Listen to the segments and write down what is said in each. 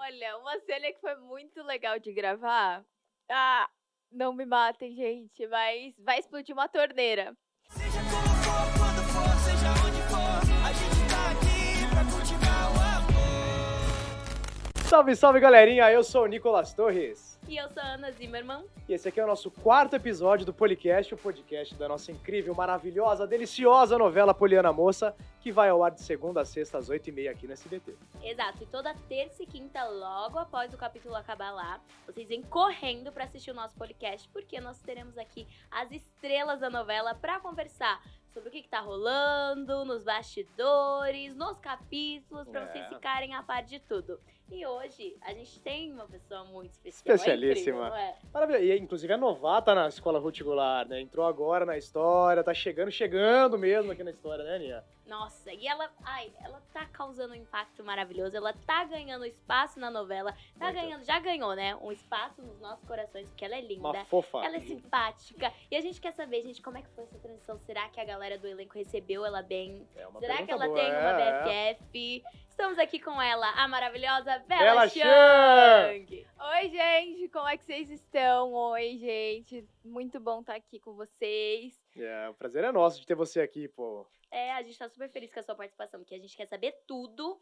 Olha, uma cena que foi muito legal de gravar. Ah, não me matem, gente, mas vai explodir uma torneira. Seja como for, quando for, seja onde for, a gente tá aqui pra cultivar o amor. Salve, salve galerinha, eu sou o Nicolas Torres. E eu sou a Ana Zimmermann. E esse aqui é o nosso quarto episódio do Policast, o podcast da nossa incrível, maravilhosa, deliciosa novela Poliana Moça, que vai ao ar de segunda a sexta às 8h30 aqui no SBT. Exato, e toda terça e quinta, logo após o capítulo acabar lá, vocês vêm correndo pra assistir o nosso podcast, porque nós teremos aqui as estrelas da novela pra conversar sobre o que, que tá rolando, nos bastidores, nos capítulos, pra É. vocês ficarem a par de tudo. E hoje a gente tem uma pessoa muito especial. Especialíssima. É incrível, não é? Maravilha, e inclusive é novata na escola ruticular, né? Entrou agora na história, tá chegando, chegando mesmo aqui na história, né, Aninha? Nossa, e ela, ai, ela tá causando um impacto maravilhoso, ela tá ganhando espaço na novela, tá Muito. ganhando, já ganhou, né? Um espaço nos nossos corações, porque ela é linda. Uma fofa. Ela é simpática. E a gente quer saber, gente, como é que foi essa transição? Será que a galera do elenco recebeu ela bem? É uma Será pergunta que ela boa, tem é, é. uma BFF? Estamos aqui com ela, a maravilhosa Bela Bela Chan! Chang. Oi, gente, como é que vocês estão? Oi, gente, muito bom estar aqui com vocês. É, o prazer é nosso de ter você aqui, pô. É, a gente tá super feliz com a sua participação, porque a gente quer saber tudo.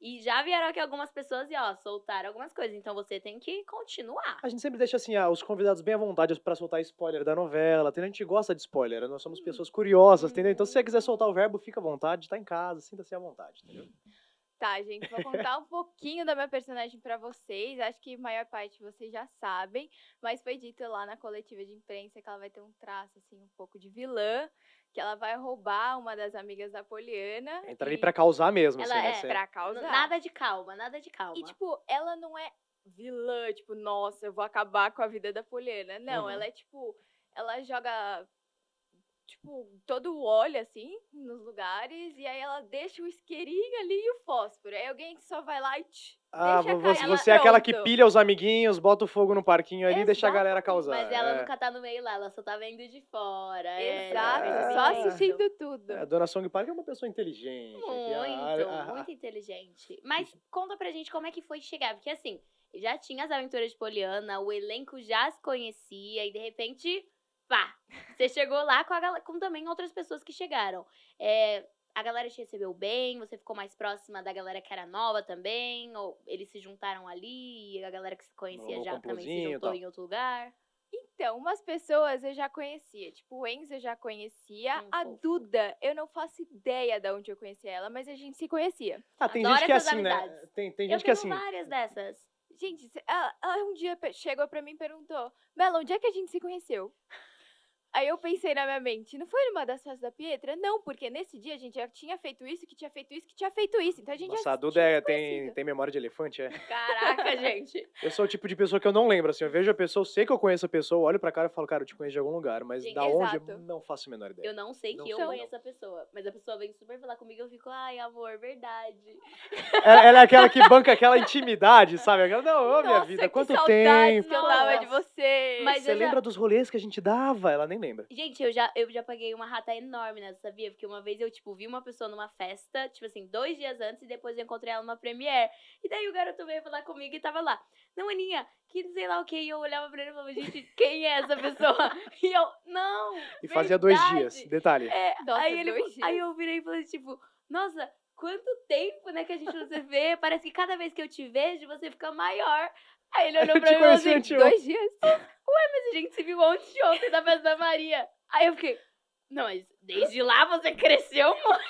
E já vieram aqui algumas pessoas e, ó, soltaram algumas coisas. Então você tem que continuar. A gente sempre deixa assim, ah, os convidados bem à vontade pra soltar spoiler da novela, entendeu? A gente gosta de spoiler, nós Hum. somos pessoas curiosas, entendeu? Então se você Uhum. quiser soltar o verbo, fica à vontade, tá em casa, sinta-se à vontade, entendeu? Tá, gente, vou contar um pouquinho da minha personagem pra vocês. Acho que a maior parte vocês já sabem, mas foi dito lá na coletiva de imprensa que ela vai ter um traço assim um pouco de vilã, que ela vai roubar uma das amigas da Poliana. Entra ali e- pra causar mesmo, Ela assim, né? é Você- pra causar. Nada de calma, nada de calma. E, tipo, ela não é vilã, tipo, nossa, eu vou acabar com a vida da Poliana. Não, Uhum. ela é, tipo, ela joga, tipo, todo o óleo, assim, nos lugares, e aí ela deixa o isqueirinho ali e o fósforo. Aí alguém que só vai lá e tch, Ah, deixa vo- cair, você, ela- você é aquela que pronto. pilha os amiguinhos, bota o fogo no parquinho ali e deixa a galera causar. Mas ela é. nunca tá no meio lá, ela só tá vendo de fora. é, Exato, ela só vem de dentro. assistindo tudo. É, A dona Song Park é uma pessoa inteligente. que é Muito, a- a- a- muito inteligente. Mas conta pra gente como é que foi chegar, porque assim, já tinha as aventuras de Poliana, o elenco já se conhecia e de repente, pá, você chegou lá com, a, gal- com também outras pessoas que chegaram. É, a galera te recebeu bem, você ficou mais próxima da galera que era nova também, ou eles se juntaram ali e a galera que se conhecia No já também se complozinho um e juntou tal. em outro lugar. Então, umas pessoas eu já conhecia. Tipo, o Enzo eu já conhecia. Hum, a fofo. Duda, eu não faço ideia de onde eu conheci ela, mas a gente se conhecia. Ah, tem Adoro gente que é essas assim, né? amizades. Tem, tem Eu gente que é tenho assim. várias dessas. Gente, cê- ela, ela um dia pe- chegou pra mim e perguntou: Bela, onde é que a gente se conheceu? Aí eu pensei na minha mente, não foi numa das festas da Pietra? Não, porque nesse dia a gente já tinha feito isso, que tinha feito isso, que tinha feito isso. Então a gente Nossa, já a se Duda tinha é- se tem, conhecido. tem memória de elefante, é? Caraca, gente. Eu sou o tipo de pessoa que eu não lembro, assim. Eu vejo a pessoa, eu sei que eu conheço a pessoa, olho pra cara e falo, cara, eu te conheço de algum lugar, mas Gente, da onde exato. eu não faço a menor ideia. Eu não sei Não que eu sei, conheço a pessoa, mas a pessoa vem super falar comigo e eu fico, ai, amor, verdade. Ela, ela é aquela que banca aquela intimidade, sabe? Aquela, não, ô, minha Nossa, vida, que quanto saudades tempo. que eu dava de Nossa. você. né? Mas Você eu já- lembra dos rolês que a gente dava? Ela nem lembra. Gente, eu já, eu já paguei uma rata enorme nessa, sabia? Porque uma vez eu, tipo, vi uma pessoa numa festa, tipo assim, dois dias antes, e depois eu encontrei ela numa premiere. E daí o garoto veio falar comigo e tava lá, não, Aninha, que sei lá o que, e eu olhava pra ele e falava, gente, quem é essa pessoa? E eu, não! E fazia dois verdade." dias, detalhe. É, Nossa, aí, ele, dois aí dias. eu virei e falei, tipo, nossa, quanto tempo, né, que a gente não se vê? Parece que cada vez que eu te vejo, você fica maior. Aí ele olhou Eu pra te mim e falou conheci assim, anteontem. Dois dias. mas a gente se viu ontem de ontem na festa da Maria. Aí eu fiquei, não, mas desde lá você cresceu muito.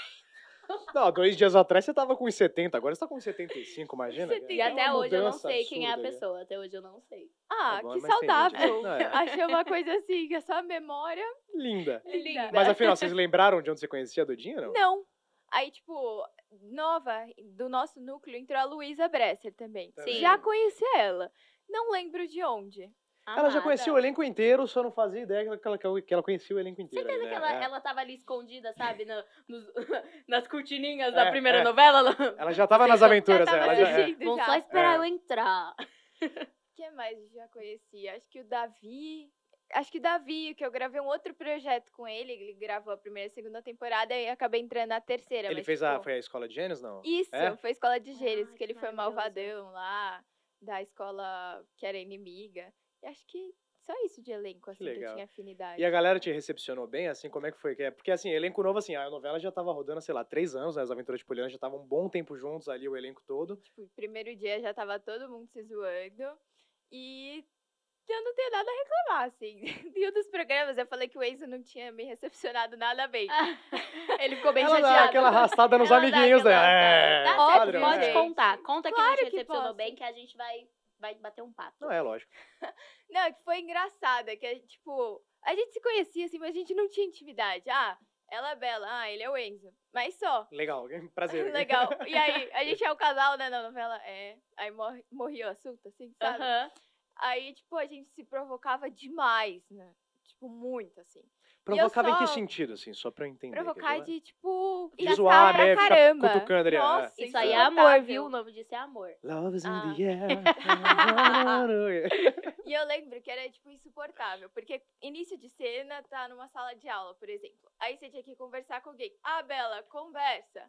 Não, dois dias atrás você tava com uns 70, agora você tá com uns 75, imagina. cara. E É até uma hoje eu não mudança sei quem é absurda, né? a cara. pessoa, até hoje eu não sei. Ah, bom, que mas tem gente saudável. assim. Não, né, é. Achei uma coisa assim, que a sua memória. Linda. É Linda. Mas afinal, vocês lembraram de onde você conhecia a Dudinha, não? Não. Aí, tipo, nova, do nosso núcleo, entrou a Luísa Bresser também. Tá Sim. Já conhecia ela. Não lembro de onde. Ela já conhecia o Amada. elenco inteiro, só não fazia ideia que ela, que ela- que ela conhecia o elenco inteiro. Certeza né? que ela, É. ela tava ali escondida, sabe? no- nos- nas cortininhas É, da primeira é. novela. Ela... Ela já tava nas Já aventuras, tava ela já. é. assistindo. Vão já. só esperar É. eu entrar. que mais eu já conheci? Acho que o Davi. Acho que o Davi, que eu gravei um outro projeto com ele. Ele gravou a primeira e segunda temporada e eu acabei entrando na terceira. Ele mas, fez a. tipo, Foi a escola de gênios, não? Isso, É? foi Escola de Gênesis, Ai, que ele que foi maravilhoso. malvadão lá. da escola que era inimiga. E acho que só isso de elenco, assim, que, eu legal. tinha afinidade. E a galera te recepcionou bem, assim, como é que foi? Que é- Porque, assim, elenco novo, assim, a novela já tava rodando, sei lá, três anos, né? As Aventuras de Poliana já estavam um bom tempo juntos ali, o elenco todo. Tipo, primeiro dia já tava todo mundo se zoando. E eu não tenho nada a reclamar, assim. Em um dos programas eu falei que o Enzo não tinha me recepcionado nada bem. Ele ficou bem Ela dá chateado. né? aquela arrastada nos Ela dá amiguinhos, né? aquela É, Tá certo, Óbvio, padrão, pode gente. é. contar. Conta Claro que a que gente recepcionou posso. bem, que a gente vai, vai bater um papo. Não é, lógico. Não, é que foi engraçado, é que, a- tipo, a gente se conhecia, assim, mas a gente não tinha intimidade. Ah, ela é bela, ah, ele é o Enzo. Mas só. Legal, prazer. Legal. E aí, a gente é o casal, né, na novela? É. Aí morre, morreu o assunto, assim, sabe? Aham. Aí, tipo, a gente se provocava demais, né? Tipo, muito, assim. Provocava em que só- sentido, assim, só pra eu entender. Provocar entendeu? de, tipo, De engraçar zoar, pra né? Ficar caramba. cutucando ali, Nossa, é. Isso aí é insuportável. amor, viu? O nome disso é amor. Love's Ah. in the air. E eu lembro que era, tipo, insuportável. Porque início de cena tá numa sala de aula, por exemplo. Aí você tinha que conversar com alguém. Ah, Bela, conversa.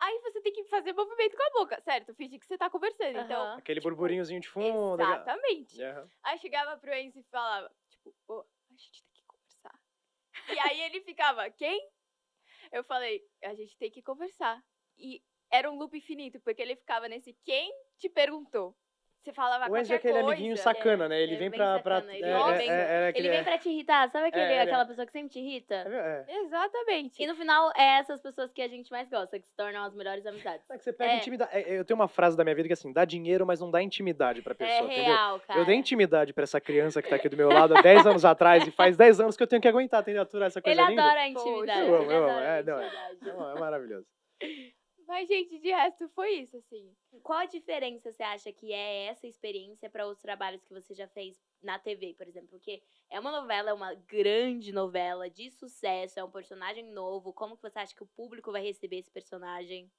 Aí você tem que fazer movimento com a boca, certo? Fingir que você tá conversando. Então, Aham. Aquele burburinhozinho de fundo. legal. exatamente. Aham. Aí chegava pro Enzo e falava, tipo, pô, a gente tem que conversar. E aí ele ficava, quem? Eu falei, a gente tem que conversar. E era um loop infinito, porque ele ficava nesse quem te perguntou. Você falava O Enzo qualquer é aquele coisa. amiguinho sacana, né? Ele ele é vem bem pra. pra- sacana, ele é, é é, bem- é, é aquele- Ele vem pra te irritar, sabe aquele, É, ele é. aquela pessoa que sempre te irrita? é, é. Exatamente. E no final, é essas pessoas que a gente mais gosta, que se tornam as melhores amizades. É que você pega É. intimidade. É, Eu tenho uma frase da minha vida que é assim, dá dinheiro, mas não dá intimidade pra pessoa, É entendeu? real, cara. Eu dei intimidade pra essa criança que tá aqui do meu lado há 10 anos atrás e faz 10 anos que eu tenho que aguentar, entendeu? Aturar essa coisa Ele linda. adora a intimidade. Eu amo, ele eu amo, adora a é, não, é. intimidade. Não, é maravilhoso. Mas, gente, de resto foi isso, assim. Qual a diferença você acha que é essa experiência para outros trabalhos que você já fez na TV, por exemplo? Porque é uma novela, é uma grande novela de sucesso, é um personagem novo. Como que você acha que o público vai receber esse personagem?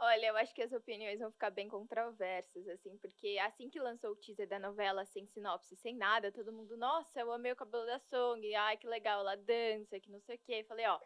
Olha, eu acho que as opiniões vão ficar bem controversas, assim, porque assim que lançou o teaser da novela, sem sinopse, sem nada, todo mundo, nossa, eu amei o cabelo da Song, ai, que legal, ela dança, que não sei o quê. Falei, ó,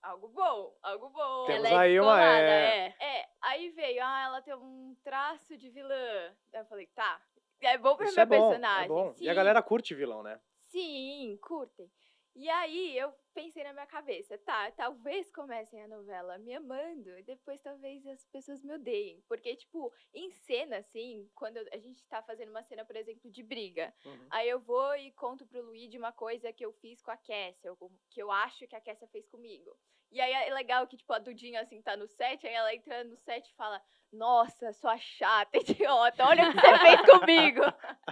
algo bom, algo bom. Temos Ela é aí uma- descolada, é. é. É, aí veio, ah, ela tem um traço de vilã. Aí eu falei, tá, é bom pra Isso minha é bom, personagem. é bom. E a sim. galera curte vilão, né? Sim, curtem. E aí eu pensei na minha cabeça, tá, talvez comecem a novela me amando e depois talvez as pessoas me odeiem. Porque, tipo, em cena, assim, quando a gente tá fazendo uma cena, por exemplo, de briga, Uhum. Ah, aí eu vou e conto pro Luigi uma coisa que eu fiz com a Kessia, ou com- que eu acho que a Kessia fez comigo. E aí é legal que, tipo, a Dudinha, assim, tá no set, aí ela entra no set e fala, nossa, sua chata, idiota, olha o que você fez comigo.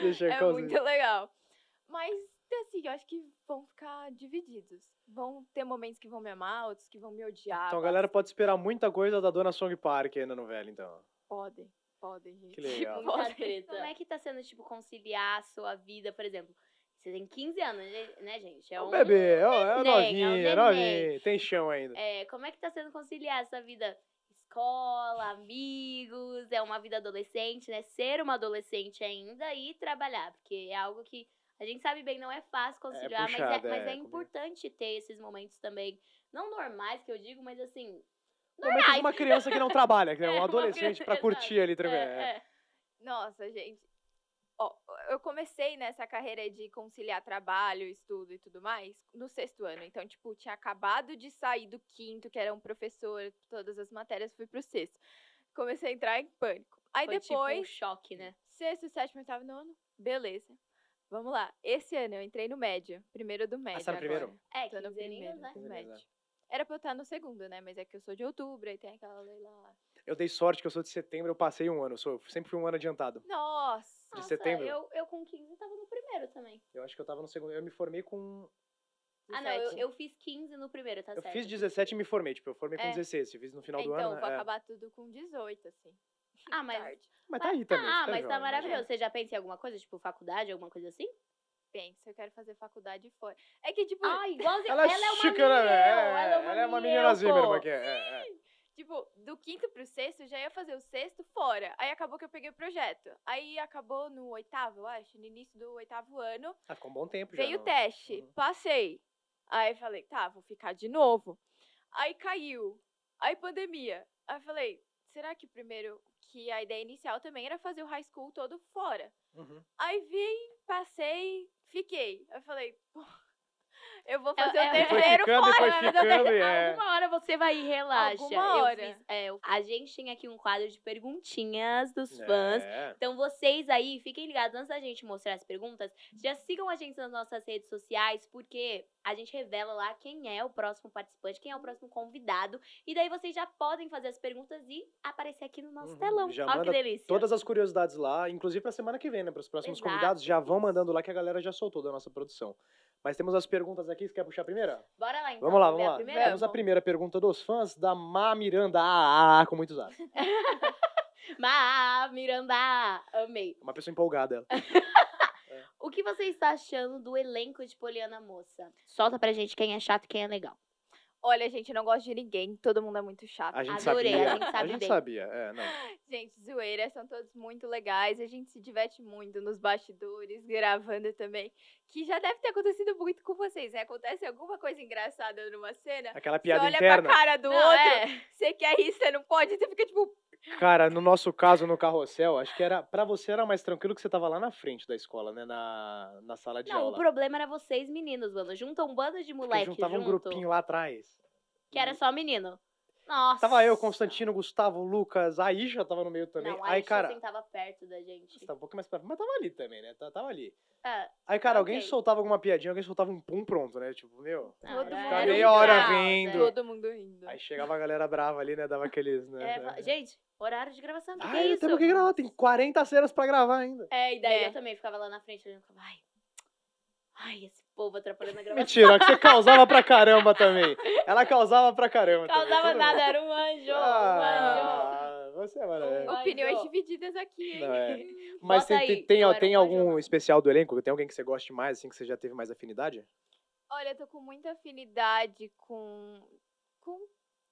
Deixa eu É conseguir. muito legal. Mas, assim, eu acho que vão ficar divididos. Vão ter momentos que vão me amar, outros que vão me odiar. Então a galera pode esperar muita coisa da Dona Song Park aí na novela, então. Podem, podem, gente. Que É legal. Tipo, podem. Muita treta. Então, Como é que tá sendo, tipo, conciliar a sua vida, por exemplo? Você tem 15 anos, né, gente? É É um um bebê, ó, é neném, é um novinho, é neném. novinho. Tem chão ainda. É, como é que tá sendo conciliar essa vida? Escola, amigos, é uma vida adolescente, né? Ser uma adolescente ainda e trabalhar, porque é algo que a gente sabe bem, não é fácil conciliar, mas é- puxado, mas, é, é, comigo. importante ter esses momentos também. Não normais que eu digo, mas assim. Momento de uma criança que não trabalha, que é É, um uma adolescente criança- pra curtir ali É, também. é. é. Nossa, gente. Ó, eu comecei nessa carreira de conciliar trabalho, estudo e tudo mais no sexto ano. Então, tipo, tinha acabado de sair do quinto, que era um professor, todas as matérias, fui pro sexto. Comecei a entrar em pânico. Aí Foi tipo depois. um choque, né? Sexto, sétimo, oitavo, nono. Beleza. Vamos lá. Esse ano eu entrei no médio. Primeiro do médio. tá no primeiro? agora. É, Tô no quinzeninhas, primeiro né? do Primeiro, médio. Era pra eu estar no segundo, né? Mas é que eu sou de outubro, aí tem aquela lei lá. Eu dei sorte que eu sou de setembro, eu passei um ano. Eu sou, sempre fui um ano adiantado. Nossa! De setembro? Eu, eu com 15 tava no primeiro também. Eu acho que eu tava no segundo. Eu me formei com. Ah, não, eu, 17. eu fiz 15 no primeiro, tá Eu certo. fiz 17 e me formei. Tipo, eu formei com É. 16. Eu fiz no final do então, ano. vou né? É. acabar tudo com 18, assim. Ah, mas Tarde. Mas tá aí também. Ah, super mas tá jovem, né? maravilhoso. Você já pensa em alguma coisa, tipo faculdade, alguma coisa assim? Pensa, eu quero fazer faculdade fora. É que, tipo, Ai, Ah, igualzinho. Ela é chique, né, velho? Ela é uma Ela é uma menina, menina Zimmer, pô. mas que é, é, é. tipo, do quinto pro sexto, eu já ia fazer o sexto fora. Aí acabou que eu peguei o projeto. Aí acabou no oitavo, eu acho, no início do oitavo ano. Ah, ficou um bom tempo já. Veio o não- teste, Uhum. passei. Aí falei, tá, vou ficar de novo. Aí caiu. Aí pandemia. Aí falei, será que primeiro, que a ideia inicial também era fazer o high school todo fora. Uhum. Aí vim, passei, fiquei. Eu falei, pô, eu vou É- fazer é- o foi terceiro ficando e fora. foi né, mas eu tenho- ficando e é. Alguma hora você vai e relaxa. Alguma Eu hora. fiz- é, eu- a gente tinha aqui um quadro de perguntinhas dos fãs. É. Então vocês aí, fiquem ligados antes da gente mostrar as perguntas. Já sigam a gente nas nossas redes sociais, porque a gente revela lá quem é o próximo participante, quem é o próximo convidado. E daí vocês já podem fazer as perguntas e aparecer aqui no nosso Uhum, telão. já Olha que manda delícia. Todas as curiosidades lá, inclusive pra semana que vem, né? Para os próximos Exato, convidados, já vão isso. mandando lá que a galera já soltou da nossa produção. Mas temos as perguntas aqui, você quer puxar a primeira? Bora lá então. Vamos lá, ver vamos a lá. primeira? Temos a primeira pergunta dos fãs da Má Miranda, ah, ah, ah, com muitos as. Ma, Miranda, amei. Uma pessoa empolgada. ela. O que você está achando do elenco de Poliana Moça? Solta pra gente quem é chato e quem é legal. Olha, gente, eu não gosto de ninguém, todo mundo é muito chato. A gente Adorei, a sabia. gente sabe bem. sabia, é, não. Gente, zoeira, são todos muito legais. A gente se diverte muito nos bastidores, gravando também. Que já deve ter acontecido muito com vocês, né? Acontece alguma coisa engraçada numa cena, Aquela você É piada olha interna. pra cara do Não, outro, é. você quer rir, você não pode, você fica tipo. Cara, no nosso caso, no carrossel, acho que era. Pra você era mais tranquilo que você tava lá na frente da escola, né? Na, na sala de Não, o aula. problema era vocês, meninos, mano. Junta um bando de Porque moleque juntava junto, um grupinho lá atrás. que era só menino. Nossa. Tava eu, Constantino, Gustavo, Lucas, a Isha tava no meio também. Não, a Aí, Aisha cara. sentava perto da gente. Você tava um pouco mais pra frente, mas tava ali também, né? tá- Tava ali. Ah, Aí, cara, alguém Ok. soltava alguma piadinha, alguém soltava um pum, pronto, né? Tipo, meu. não, Todo era- mundo era um meia hora caos, rindo. era- né? Todo mundo rindo. Aí chegava a galera brava ali, né? Dava aqueles, né? É, fa- gente, horário de gravação, o que, que Ah, é isso? temos que gravar, tem 40 cenas pra gravar ainda. É, e daí É. eu também ficava lá na frente olhando, ficava, ai, ai, esse povo atrapalhando a gravação. Mentira, que você causava pra caramba também. Ela causava pra caramba também. Causava todo nada, mundo. era um anjo, um anjo. Ah, você é maravilhoso. Ai, Opiniões Jô. divididas aqui, hein? Não, é. Mas Bota tem, aí, tem, tem, não, ó, era tem um algum anjo. especial do elenco? Tem alguém que você goste mais, assim, que você já teve mais afinidade? Olha, eu tô com muita afinidade com. com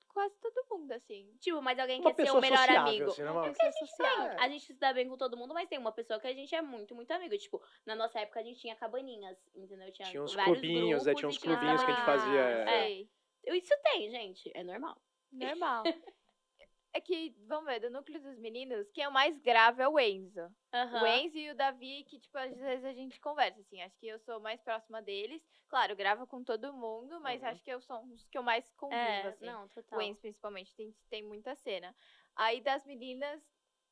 quase todo mundo, assim. Tipo, mas alguém Uma quer ser pessoa o melhor sociável, amigo. assim, é. né, uma Porque a pessoa gente tem. sociável. A gente se dá bem com todo mundo, mas tem uma pessoa que a gente é muito, muito amigo. Tipo, na nossa época a gente tinha cabaninhas, entendeu? Tinha, Tinha uns vários clubinhos, é, grupos tinha e uns clubinhos que a gente fazia, Ah, é. sei. Isso tem, gente. É normal. Normal. É que, vamos ver, do núcleo dos meninos, quem é o mais grave é o Enzo. O Enzo e o Davi, que, tipo, às vezes a gente conversa, assim. Acho que eu sou mais próxima deles. Claro, gravo com todo mundo, mas Uhum. acho que eu sou os que eu mais convivo, É, assim. não, total. O Enzo, principalmente, tem, tem muita cena. Aí, das meninas,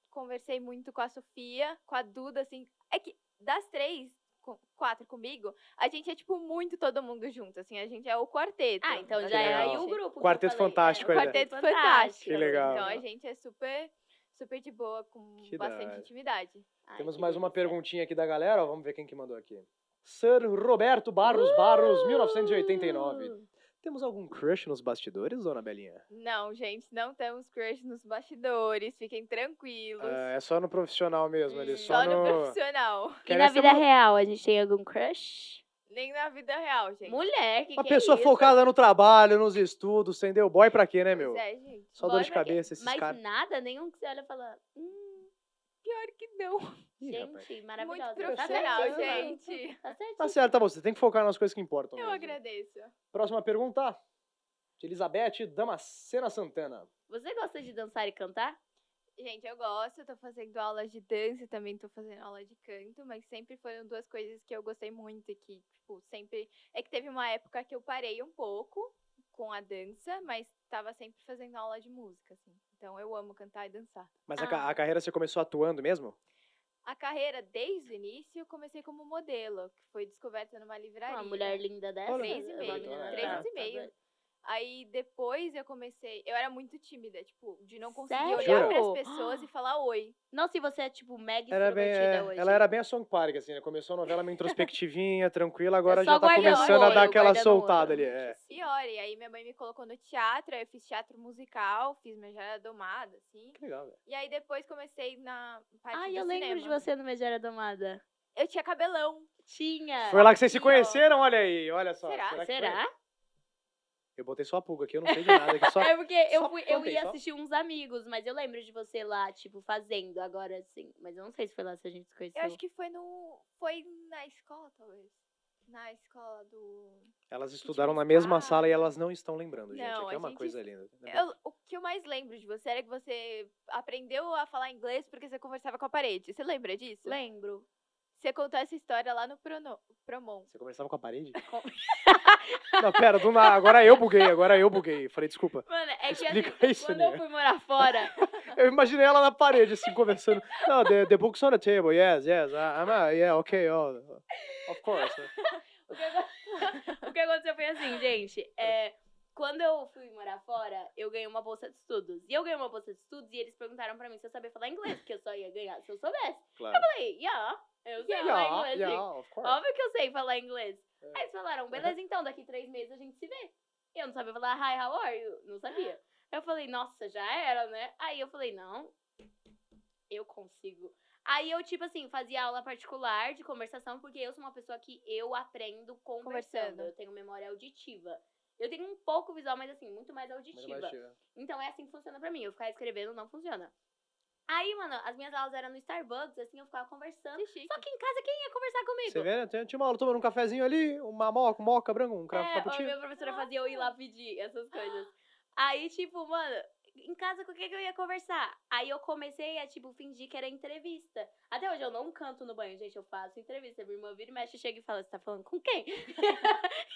conversei muito com a Sofia, com a Duda, assim. É que das três, com- quatro comigo, a gente é, tipo, muito todo mundo junto, assim. A gente é o quarteto. Ah, então A já é aí legal. o grupo. que eu Quarteto falei. Fantástico é, o ainda. Quarteto Quarteto Fantástico. Que legal. Então a gente é super, super de boa, com Que da bastante hora. intimidade. Ai, Temos que mais uma delícia. perguntinha aqui da galera, ó, vamos ver quem que mandou aqui. Sir Roberto Barros Barros, 1989. Uh! Temos algum crush nos bastidores, dona Belinha? Não, gente, não temos crush nos bastidores, fiquem tranquilos. Ah, é só no profissional mesmo, Hum, ali, só só, no profissional. E Quer na ver se vida uma- real, a gente tem algum crush? Nem na vida real, gente. Mulher, que Uma que pessoa é isso? focada no trabalho, nos estudos, sem deu boy pra quê, né, Pois meu? É, gente. Só dor Bora de pra quê? cabeça esses Mas caras. nada, nenhum que você olha e fala, hum, Pior que não. Ih, rapaz. gente, maravilhosa. Muito Tá profissional, certíssima. gente. Tá certo. Tá certo, tá bom, você tem que focar nas coisas que importam. Eu mesmo. agradeço. Próxima pergunta. De Elizabeth Damascena Santana. Você gosta de dançar e cantar? Gente, eu gosto, eu tô fazendo aula de dança, e também tô fazendo aula de canto, mas sempre foram duas coisas que eu gostei muito e que, tipo, sempre. É que teve uma época que eu parei um pouco com a dança, mas tava sempre fazendo aula de música, assim. Então eu amo cantar e dançar. Mas a, ca- Ah. a carreira você começou atuando mesmo? A carreira, desde o início, eu comecei como modelo, que foi descoberta numa livraria. Uma mulher linda dessa. Olha, É Três e uma meio, menina três dessa, e meio. tá Aí depois eu comecei. Eu era muito tímida, tipo, de não conseguir Sério? olhar para Jura? as pessoas e falar oi. Nossa, e você é tipo mega Era bem, extrovertida é, hoje. ela era bem a Song Park, assim, né? Começou a novela meio introspectivinha, tranquila, agora já só tá guarda no começando a olho, dar aquela guarda no olho. soltada ali. É. Pior, e aí minha mãe me colocou no teatro, aí eu fiz teatro musical, fiz minha jarada domada, assim. Que legal, velho. E aí depois comecei na parte Ai, do eu lembro de cinema. você no Megera Domada. Eu tinha cabelão. Tinha. Foi lá que vocês se aqui, É. ó. conheceram? Olha aí, olha só. Será? que foi? Será? Eu botei só a pulga aqui, eu não sei de nada. Aqui, só... É porque eu, só fui, eu contei, ia só. assistir uns amigos, mas eu lembro de você lá, tipo, fazendo agora assim. Mas eu não sei se foi lá se a gente se conheceu. Eu acho que foi no. Foi na escola, talvez. na escola do. Elas tipo, estudaram na mesma ah. sala e elas não estão lembrando, gente. Não, Aqui é a uma gente- coisa linda. Eu- o que eu mais lembro de você era que você aprendeu a falar inglês porque você conversava com a parede. Você lembra disso? Lembro. Você contou essa história lá no Prono, Promon. Você conversava com a parede? não, pera, do nada. Agora eu buguei, agora eu buguei. Falei, desculpa. Mano, é que Explica assim, isso, quando né? eu fui morar fora, Eu imaginei ela na parede, assim, conversando. Não, the, the book's on the table, yes, yes. I- I'm a, yeah, okay, oh, of course. o que, aco- o que aconteceu foi assim, gente. É, quando eu fui morar fora, eu ganhei uma bolsa de estudos. E eu ganhei uma bolsa de estudos e eles perguntaram pra mim se eu sabia falar inglês, porque eu só ia ganhar se eu soubesse. Claro. Eu falei, yeah, eu sei falar assim, Yeah, inglês. yeah, sim. of course. Óbvio que eu sei falar inglês. É. Aí eles falaram, beleza, então, daqui três meses a gente se vê. Eu não sabia falar hi, how are you? Não sabia. Aí eu falei, nossa, já era, né? Aí eu falei, não, eu consigo. Aí eu, tipo assim, fazia aula particular de conversação, porque eu sou uma pessoa que eu aprendo conversando. Conversando. Eu tenho memória auditiva. Eu tenho um pouco visual, mas assim, muito Mas mais é né? auditiva. imagina. Então é assim que funciona pra mim. Eu ficar escrevendo não funciona. Aí, mano, as minhas aulas eram no Starbucks, assim, eu ficava conversando. Que chique. Só que em casa, quem ia conversar comigo? Você vê, né? Tinha- Tinha uma aula tomando um cafezinho ali, uma moca, moca branca, um cravo é, cappuccino. a minha professora fazia eu ir lá pedir essas coisas. Aí, tipo, mano, em casa com o que, que eu ia conversar? Aí eu comecei a, tipo, fingir que era entrevista. Até hoje eu não canto no banho, gente, eu faço entrevista. Minha irmã vira e mexe, chega e fala, você tá falando com quem?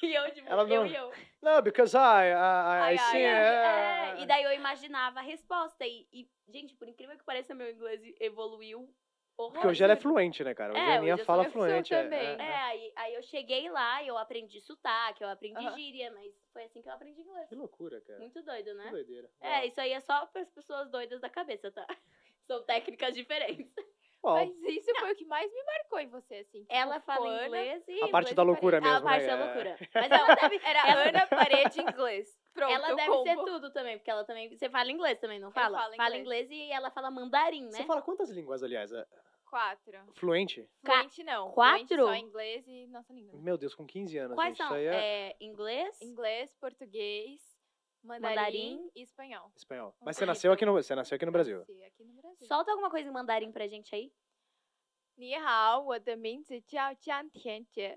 e eu, tipo, Ela eu não- e eu. Não, because I, I, I, Ai, ai, sing, ai. é. É, e daí eu imaginava a resposta. E, e, gente, por incrível que pareça, meu inglês evoluiu horror. Porque hoje ela é fluente, né, cara? Hoje É, a Aninha hoje eu sou fala professor fluente. é, também. é, É, aí, aí eu cheguei lá, eu aprendi sotaque, eu aprendi Aham. gíria, mas foi assim que eu aprendi inglês. Que loucura, cara. Muito doido, Que né? doideira. É, isso aí é só para as pessoas doidas da cabeça, tá? São técnicas diferentes. Bom, Mas isso foi o que mais me marcou em você, assim. tipo, Ela fala Ana- inglês e. a parte inglês da é loucura a mesmo, parte né? da É. loucura. Mas ela deve, Era ela- Ana Parede Inglês. Pronto, ela eu deve combo. ser tudo também, porque ela também. Você fala inglês também, não fala? falo Fala inglês. inglês e ela fala mandarim, né? Você fala quantas línguas, aliás? É, Quatro. Fluente? Ca- Fluente não. Quatro? Fluente só inglês e nossa língua. Meu Deus, com 15 anos, Quais gente. são? Isso aí é, É, inglês? Inglês, português, mandarim, Mandarim. e espanhol. espanhol. Não Mas você sei. nasceu aqui no, você nasceu aqui no Brasil. Nasci Aqui no Brasil. Solta alguma coisa em mandarim pra gente aí. Ni hao, wo de min zi jiao jian tian jie.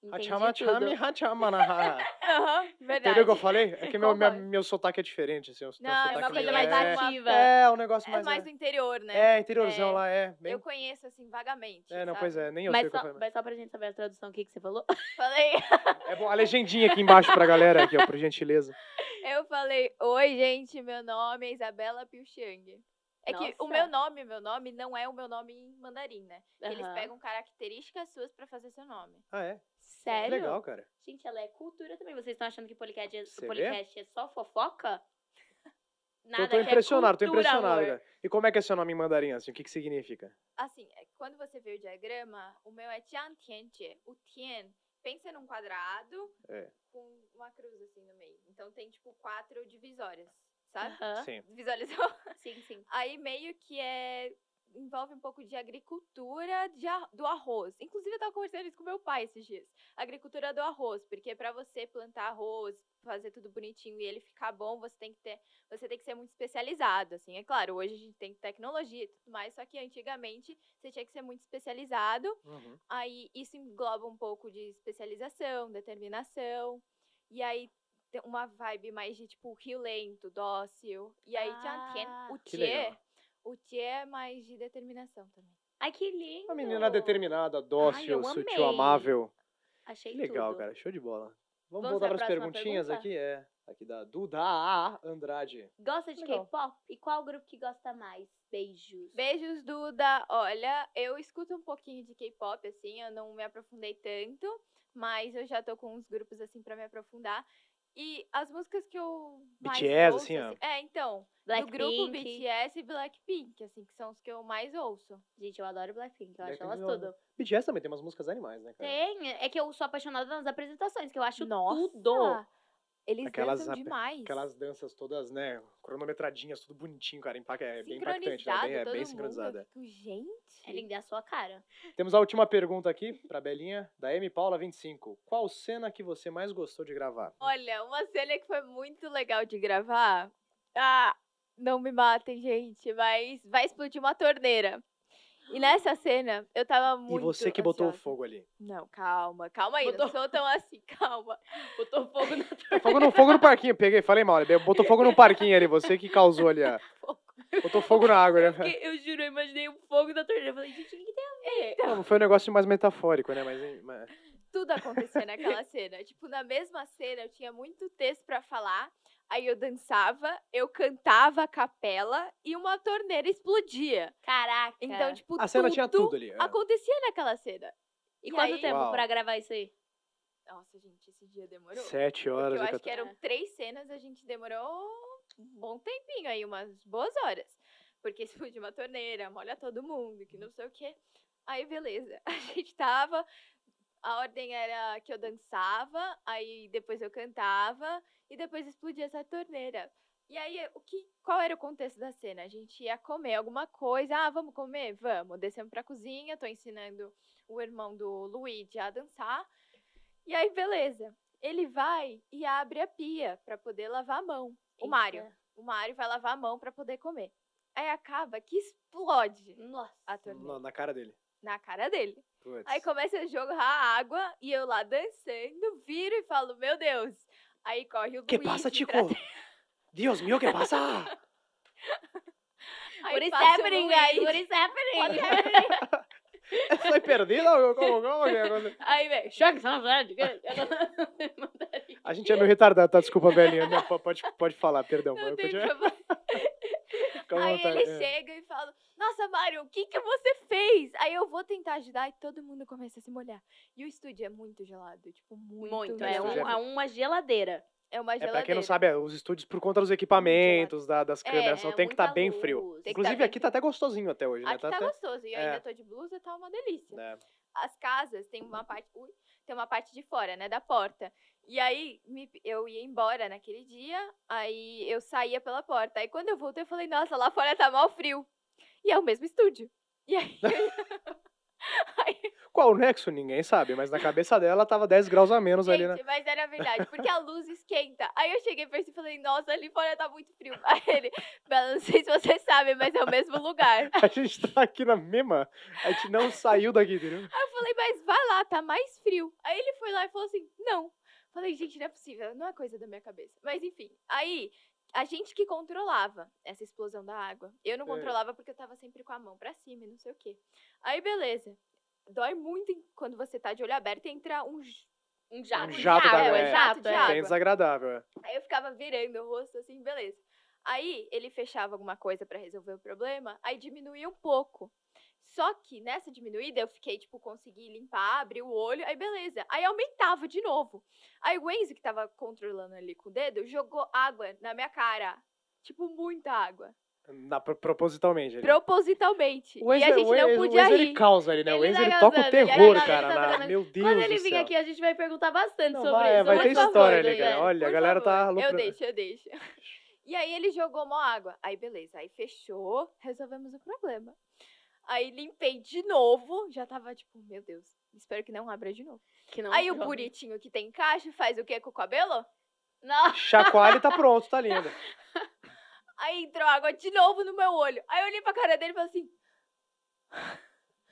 Entendi Hachama, chame, tudo. hachama, naha. Aham, Entendeu o que eu verdade. falei? É que meu, minha- Concordo. meu sotaque é diferente. Assim, eu tenho um Não, é sotaque uma coisa meio- mais é, ativa. É, um negócio É mais. mais do é, interior, né? é, interiorzão É. lá, é. Bem, Eu conheço, assim, vagamente. é, não, sabe? pois é, nem eu sei Mas o que eu só, falei. mas só pra gente saber a tradução, o que, que você falou? Falei, É bom, a legendinha aqui embaixo pra galera, aqui, ó, por gentileza. eu falei, oi, gente, meu nome é Isabela Pilchang. É que o Nossa. meu nome, meu nome, não é o meu nome em mandarim, né? Que Eles Aham. pegam características suas pra fazer seu nome. Ah, é? Sério? Legal, cara. Gente, ela é cultura também. Vocês estão achando que podcast é, Você vê? podcast é só fofoca? Nada eu tô que é impressionado, tô cultura, impressionado, amor. cara. E como é que é seu nome em mandarim, assim? O que que significa? Assim, é, quando você vê o diagrama, o meu é Tian Tian Jie. O Tian, pensa num quadrado É. com uma cruz, assim, no meio. Então tem, tipo, quatro divisórias, sabe? Aham. Sim. Visualizou? Tá? Sim, sim. Aí meio que é. Envolve um pouco de agricultura de ar- do arroz. Inclusive, eu tava conversando isso com meu pai esses dias. Agricultura do arroz, porque pra você plantar arroz, fazer tudo bonitinho e ele ficar bom, você tem que ter. Você tem que ser muito especializado, assim. É claro, hoje a gente tem tecnologia e tudo mais, só que antigamente você tinha que ser muito especializado Uhum. Aí isso engloba um pouco de especialização, determinação. E aí tem uma vibe mais de tipo riolento, dócil. E aí Tian Tien, o Ah, que Tie, legal. o Tie é mais de determinação também. Ai, que lindo. Uma menina determinada, dócil, eu sutil, amei. amável. Achei Que legal, tudo. cara. Show de bola. Vamos, Vamos voltar pra para as próxima perguntinhas pergunta? aqui, é. Aqui da Duda A. Andrade. Gosta de Legal. K-pop? E qual grupo que gosta mais? Beijos. Beijos, Duda. Olha, eu escuto um pouquinho de K-pop, assim, eu não me aprofundei tanto, mas eu já tô com uns grupos, assim, pra me aprofundar. E as músicas que eu mais BTS, ouço, assim, ó. É, então, do grupo BTS e Blackpink, assim, que são os que eu mais ouço. Gente, eu adoro Blackpink. Eu acho Blackpink é elas eu amo. tudo. BTS também tem umas músicas animais, né, cara? Tem. É que eu sou apaixonada nas apresentações, que eu acho Nossa! tudo. Eles Aquelas dançam ap- demais. Aquelas danças todas, né, cronometradinhas, tudo bonitinho, cara. Impacta, é bem impactante, né? Sincronizado, Bem- é todo bem mundo, sincronizada. eu fico, gente. É linda é a sua cara. Temos a última pergunta aqui pra Belinha, da M Paula 25. Qual cena que você mais gostou de gravar? Olha, uma cena que foi muito legal de gravar. Ah, não me matem, gente, mas vai explodir uma torneira. E nessa cena, eu tava muito. e você que botou o ansiosa. fogo ali. Não, calma, calma aí. Não Botou- sou tão assim, calma. Botou fogo na Fogo no, fogo no parquinho, peguei, falei mal. ele Botou fogo no parquinho ali, você que causou ali. a- Botou fogo na água, né? Porque eu juro, eu imaginei o fogo da torneira. Eu falei, gente, o que que tem a ver? Não, foi um negócio mais metafórico, né? Mas, hein, mas- Tudo acontecia naquela cena. Tipo, na mesma cena, eu tinha muito texto pra falar. Aí eu dançava, eu cantava a capela e uma torneira explodia. Caraca. Então, tipo, a cena tinha tudo ali. é. acontecia naquela cena. e e quanto aí- tempo Uau. pra gravar isso aí? Nossa, gente, esse dia demorou. Sete Porque horas. eu e acho que 14. eram três cenas, a gente demorou um bom tempinho aí, umas boas horas. Porque explodiu uma torneira, molha todo mundo, que não sei o quê. Aí, beleza. A gente tava. A ordem era que eu dançava, aí depois eu cantava, e depois explodia essa torneira. E aí, o que, qual era o contexto da cena? A gente ia comer alguma coisa. Ah, vamos comer? Vamos. Descemos pra cozinha, tô ensinando o irmão do Luigi a dançar. E aí, beleza. Ele vai e abre a pia pra poder lavar a mão. O Mário. Eita. O Mário vai lavar a mão pra poder comer. Aí acaba que explode Nossa. a torneira Na, na cara dele. na cara dele. Putz. Aí começa a jorrar água e eu lá dançando, viro e falo, meu Deus. Aí corre o que Luiz passa, pra- Tico? Deus meu, que passa? Aí What is passa o happening, Luiz. guys? What is happening? Foi perdida? ou Como, como que é? aconteceu? Aí, velho, choque, só Não A gente é meio retardado, tá? Desculpa, velhinha. Não, po- pode, pode falar, perdão. Não eu tem continuo- problema. fica à Aí vontade, ele é. chega e fala: Nossa, Mário, o que, que você fez? Aí eu vou tentar ajudar e todo mundo começa a se molhar. E o estúdio é muito gelado tipo, muito. Muito, é é, gelado. um- uma, geladeira. É uma É, geladeira. pra quem não sabe, é, os estúdios, por conta dos equipamentos, da- das É, câmeras, então tem que estar bem frio. Tem que tá Inclusive, bem aqui tá até gostosinho até hoje, né? Aqui tá, até... gostoso. E eu é. ainda tô de blusa, tá uma delícia. né? as casas tem uma parte ui, tem uma parte de fora né da porta e aí me- eu ia embora naquele dia aí eu saía pela porta aí quando eu voltei eu falei nossa lá fora tá mal frio e é o mesmo estúdio e aí Qual o nexo? Ninguém sabe, mas na cabeça dela tava 10 graus a menos ali, né? gente, mas era verdade porque a luz esquenta aí eu cheguei pra ele e falei nossa ali fora tá muito frio aí ele "Bela, não sei se vocês sabem mas é o mesmo lugar A gente tá aqui na mesma. A gente não saiu daqui, entendeu? Aí eu falei, mas vai lá, tá mais frio. Aí ele foi lá e falou assim, não. Falei, gente, não é possível, não é coisa da minha cabeça. Mas enfim, aí a gente que controlava essa explosão da água. Eu não Sei. controlava porque eu tava sempre com a mão pra cima e não sei o quê. Aí beleza. Dói muito em- quando você tá de olho aberto e entra um. j- Um jato. Um de jato água, d'água, é, é. jato de Bem água. Bem desagradável, é. Aí eu ficava virando o rosto assim, beleza. Aí ele fechava alguma coisa pra resolver o problema, aí diminuía um pouco. Só que nessa diminuída eu fiquei, tipo, consegui limpar, abrir o olho, aí beleza. Aí aumentava de novo. Aí o Enzo, que tava controlando ali com o dedo, jogou água na minha cara. Tipo, muita água. Na, pro- propositalmente. ali. Propositalmente. O Enzo, é e a gente o Enzo, não podia o Enzo, ele rir. causa ali, né? o Ele Enzo, tá ele toca o causando, ele- terror, ele tá cara. na- causando. Meu Deus Quando do ele céu. vir aqui, a gente vai perguntar bastante Não, sobre vai, isso. vai por ter favor, história ali, José. cara. Olha, a Por galera tá favor. Eu lucrando. deixo, eu deixo. E aí ele jogou mó água. Aí beleza, aí fechou, resolvemos o problema. Aí limpei de novo, já tava tipo, meu Deus, espero que não abra de novo. Que não aí o joga. bonitinho que tem caixa faz o que com o cabelo? Não. Chacoalha e tá pronto, tá lindo. Aí entrou água de novo no meu olho. Aí eu olhei pra cara dele e falei assim,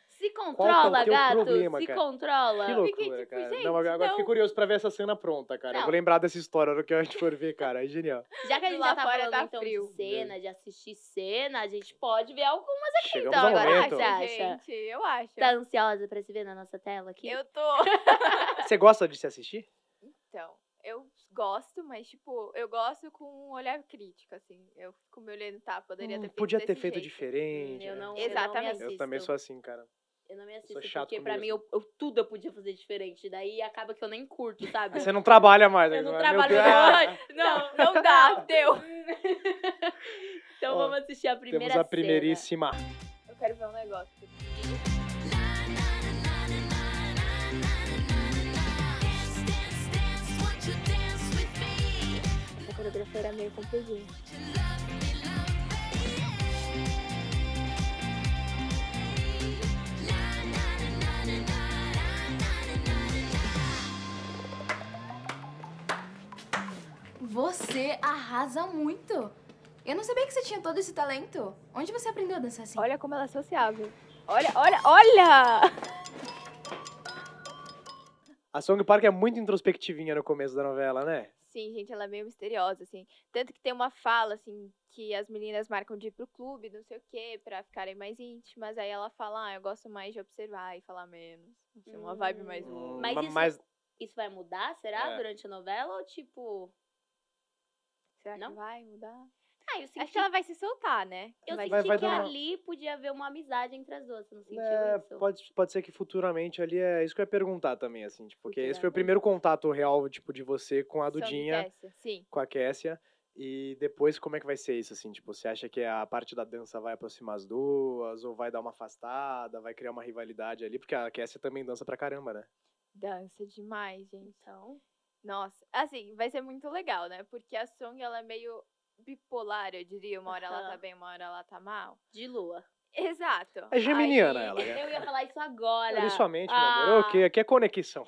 Se que é o controla, teu gato. problema, se cara? controla. Que fiquei loucura, tipo, cara. gente, não, agora agora não. fiquei curioso pra ver essa cena pronta, cara. Eu então Não. vou lembrar dessa história no que a gente for ver, cara. É genial. Já que a gente Lá já tá fora falando tá então frio. de cena, de assistir cena, a gente pode ver alguma. Chegamos então, ao agora um momento. vai, nossa, acha? gente, eu acho. Tá ansiosa pra se ver na nossa tela aqui? Eu tô... Você gosta de se assistir? Então, eu gosto, mas tipo, eu gosto com um olhar crítico, assim. Eu fico me olhando, tá, poderia Hum, ter feito podia ter desse feito jeito. Hum, diferente. eu né? não, Exatamente. Exatamente. Eu, não me Eu também assisto. sou assim, cara. Eu não me assisto, sou chato porque pra comigo, mim eu, eu- tudo eu podia fazer diferente. Daí acaba que eu nem curto, sabe? Você não trabalha mais. Eu não agora, meu trabalho Deus. mais. Ah, Não, Não dá, deu. então Ó, vamos assistir a primeira Temos a cena. primeiríssima. Eu quero ver um negócio. A coreografia era meio compridinha. Você arrasa muito. Eu não sabia que você tinha todo esse talento. Onde você aprendeu a dançar assim? Olha como ela é sociável. Olha, olha, olha! A Song Park é muito introspectivinha no começo da novela, né? Sim, gente, ela é meio misteriosa, assim. Tanto que tem uma fala, assim, que as meninas marcam de ir pro clube, não sei o quê, pra ficarem mais íntimas. Aí ela fala, ah, eu gosto mais de observar e falar menos. Não sei, uma vibe mais Hum, woke. Mas ma- isso- Isso vai mudar, será? É. Durante a novela? Ou tipo. Será não? que vai mudar? Ah, eu senti, Acho que ela vai se soltar, né? eu Vai- senti Vai- vai que dar uma- ali podia haver uma amizade entre as duas. Você não sentiu É, isso? pode, pode ser que futuramente ali é isso que eu ia perguntar também, assim, tipo, porque esse foi o Futuramente. primeiro contato real, tipo, de você com a Só me Dudinha, desce. Sim. com a Kessia. E depois, como é que vai ser isso, assim? Tipo, você acha que a parte da dança vai aproximar as duas? Ou vai dar uma afastada? Vai criar uma rivalidade ali? Porque a Kessia também dança pra caramba, né? Dança demais, gente. Então. Nossa, assim, vai ser muito legal, né? Porque a Song, ela é meio bipolar, eu diria. Uma hora ela tá Aham. bem, uma hora ela tá mal. De lua. Exato. É geminiana Aí- ela, né? Eu ia falar isso agora. Ali sua mente, meu amor. Ah. Ok, aqui é conexão.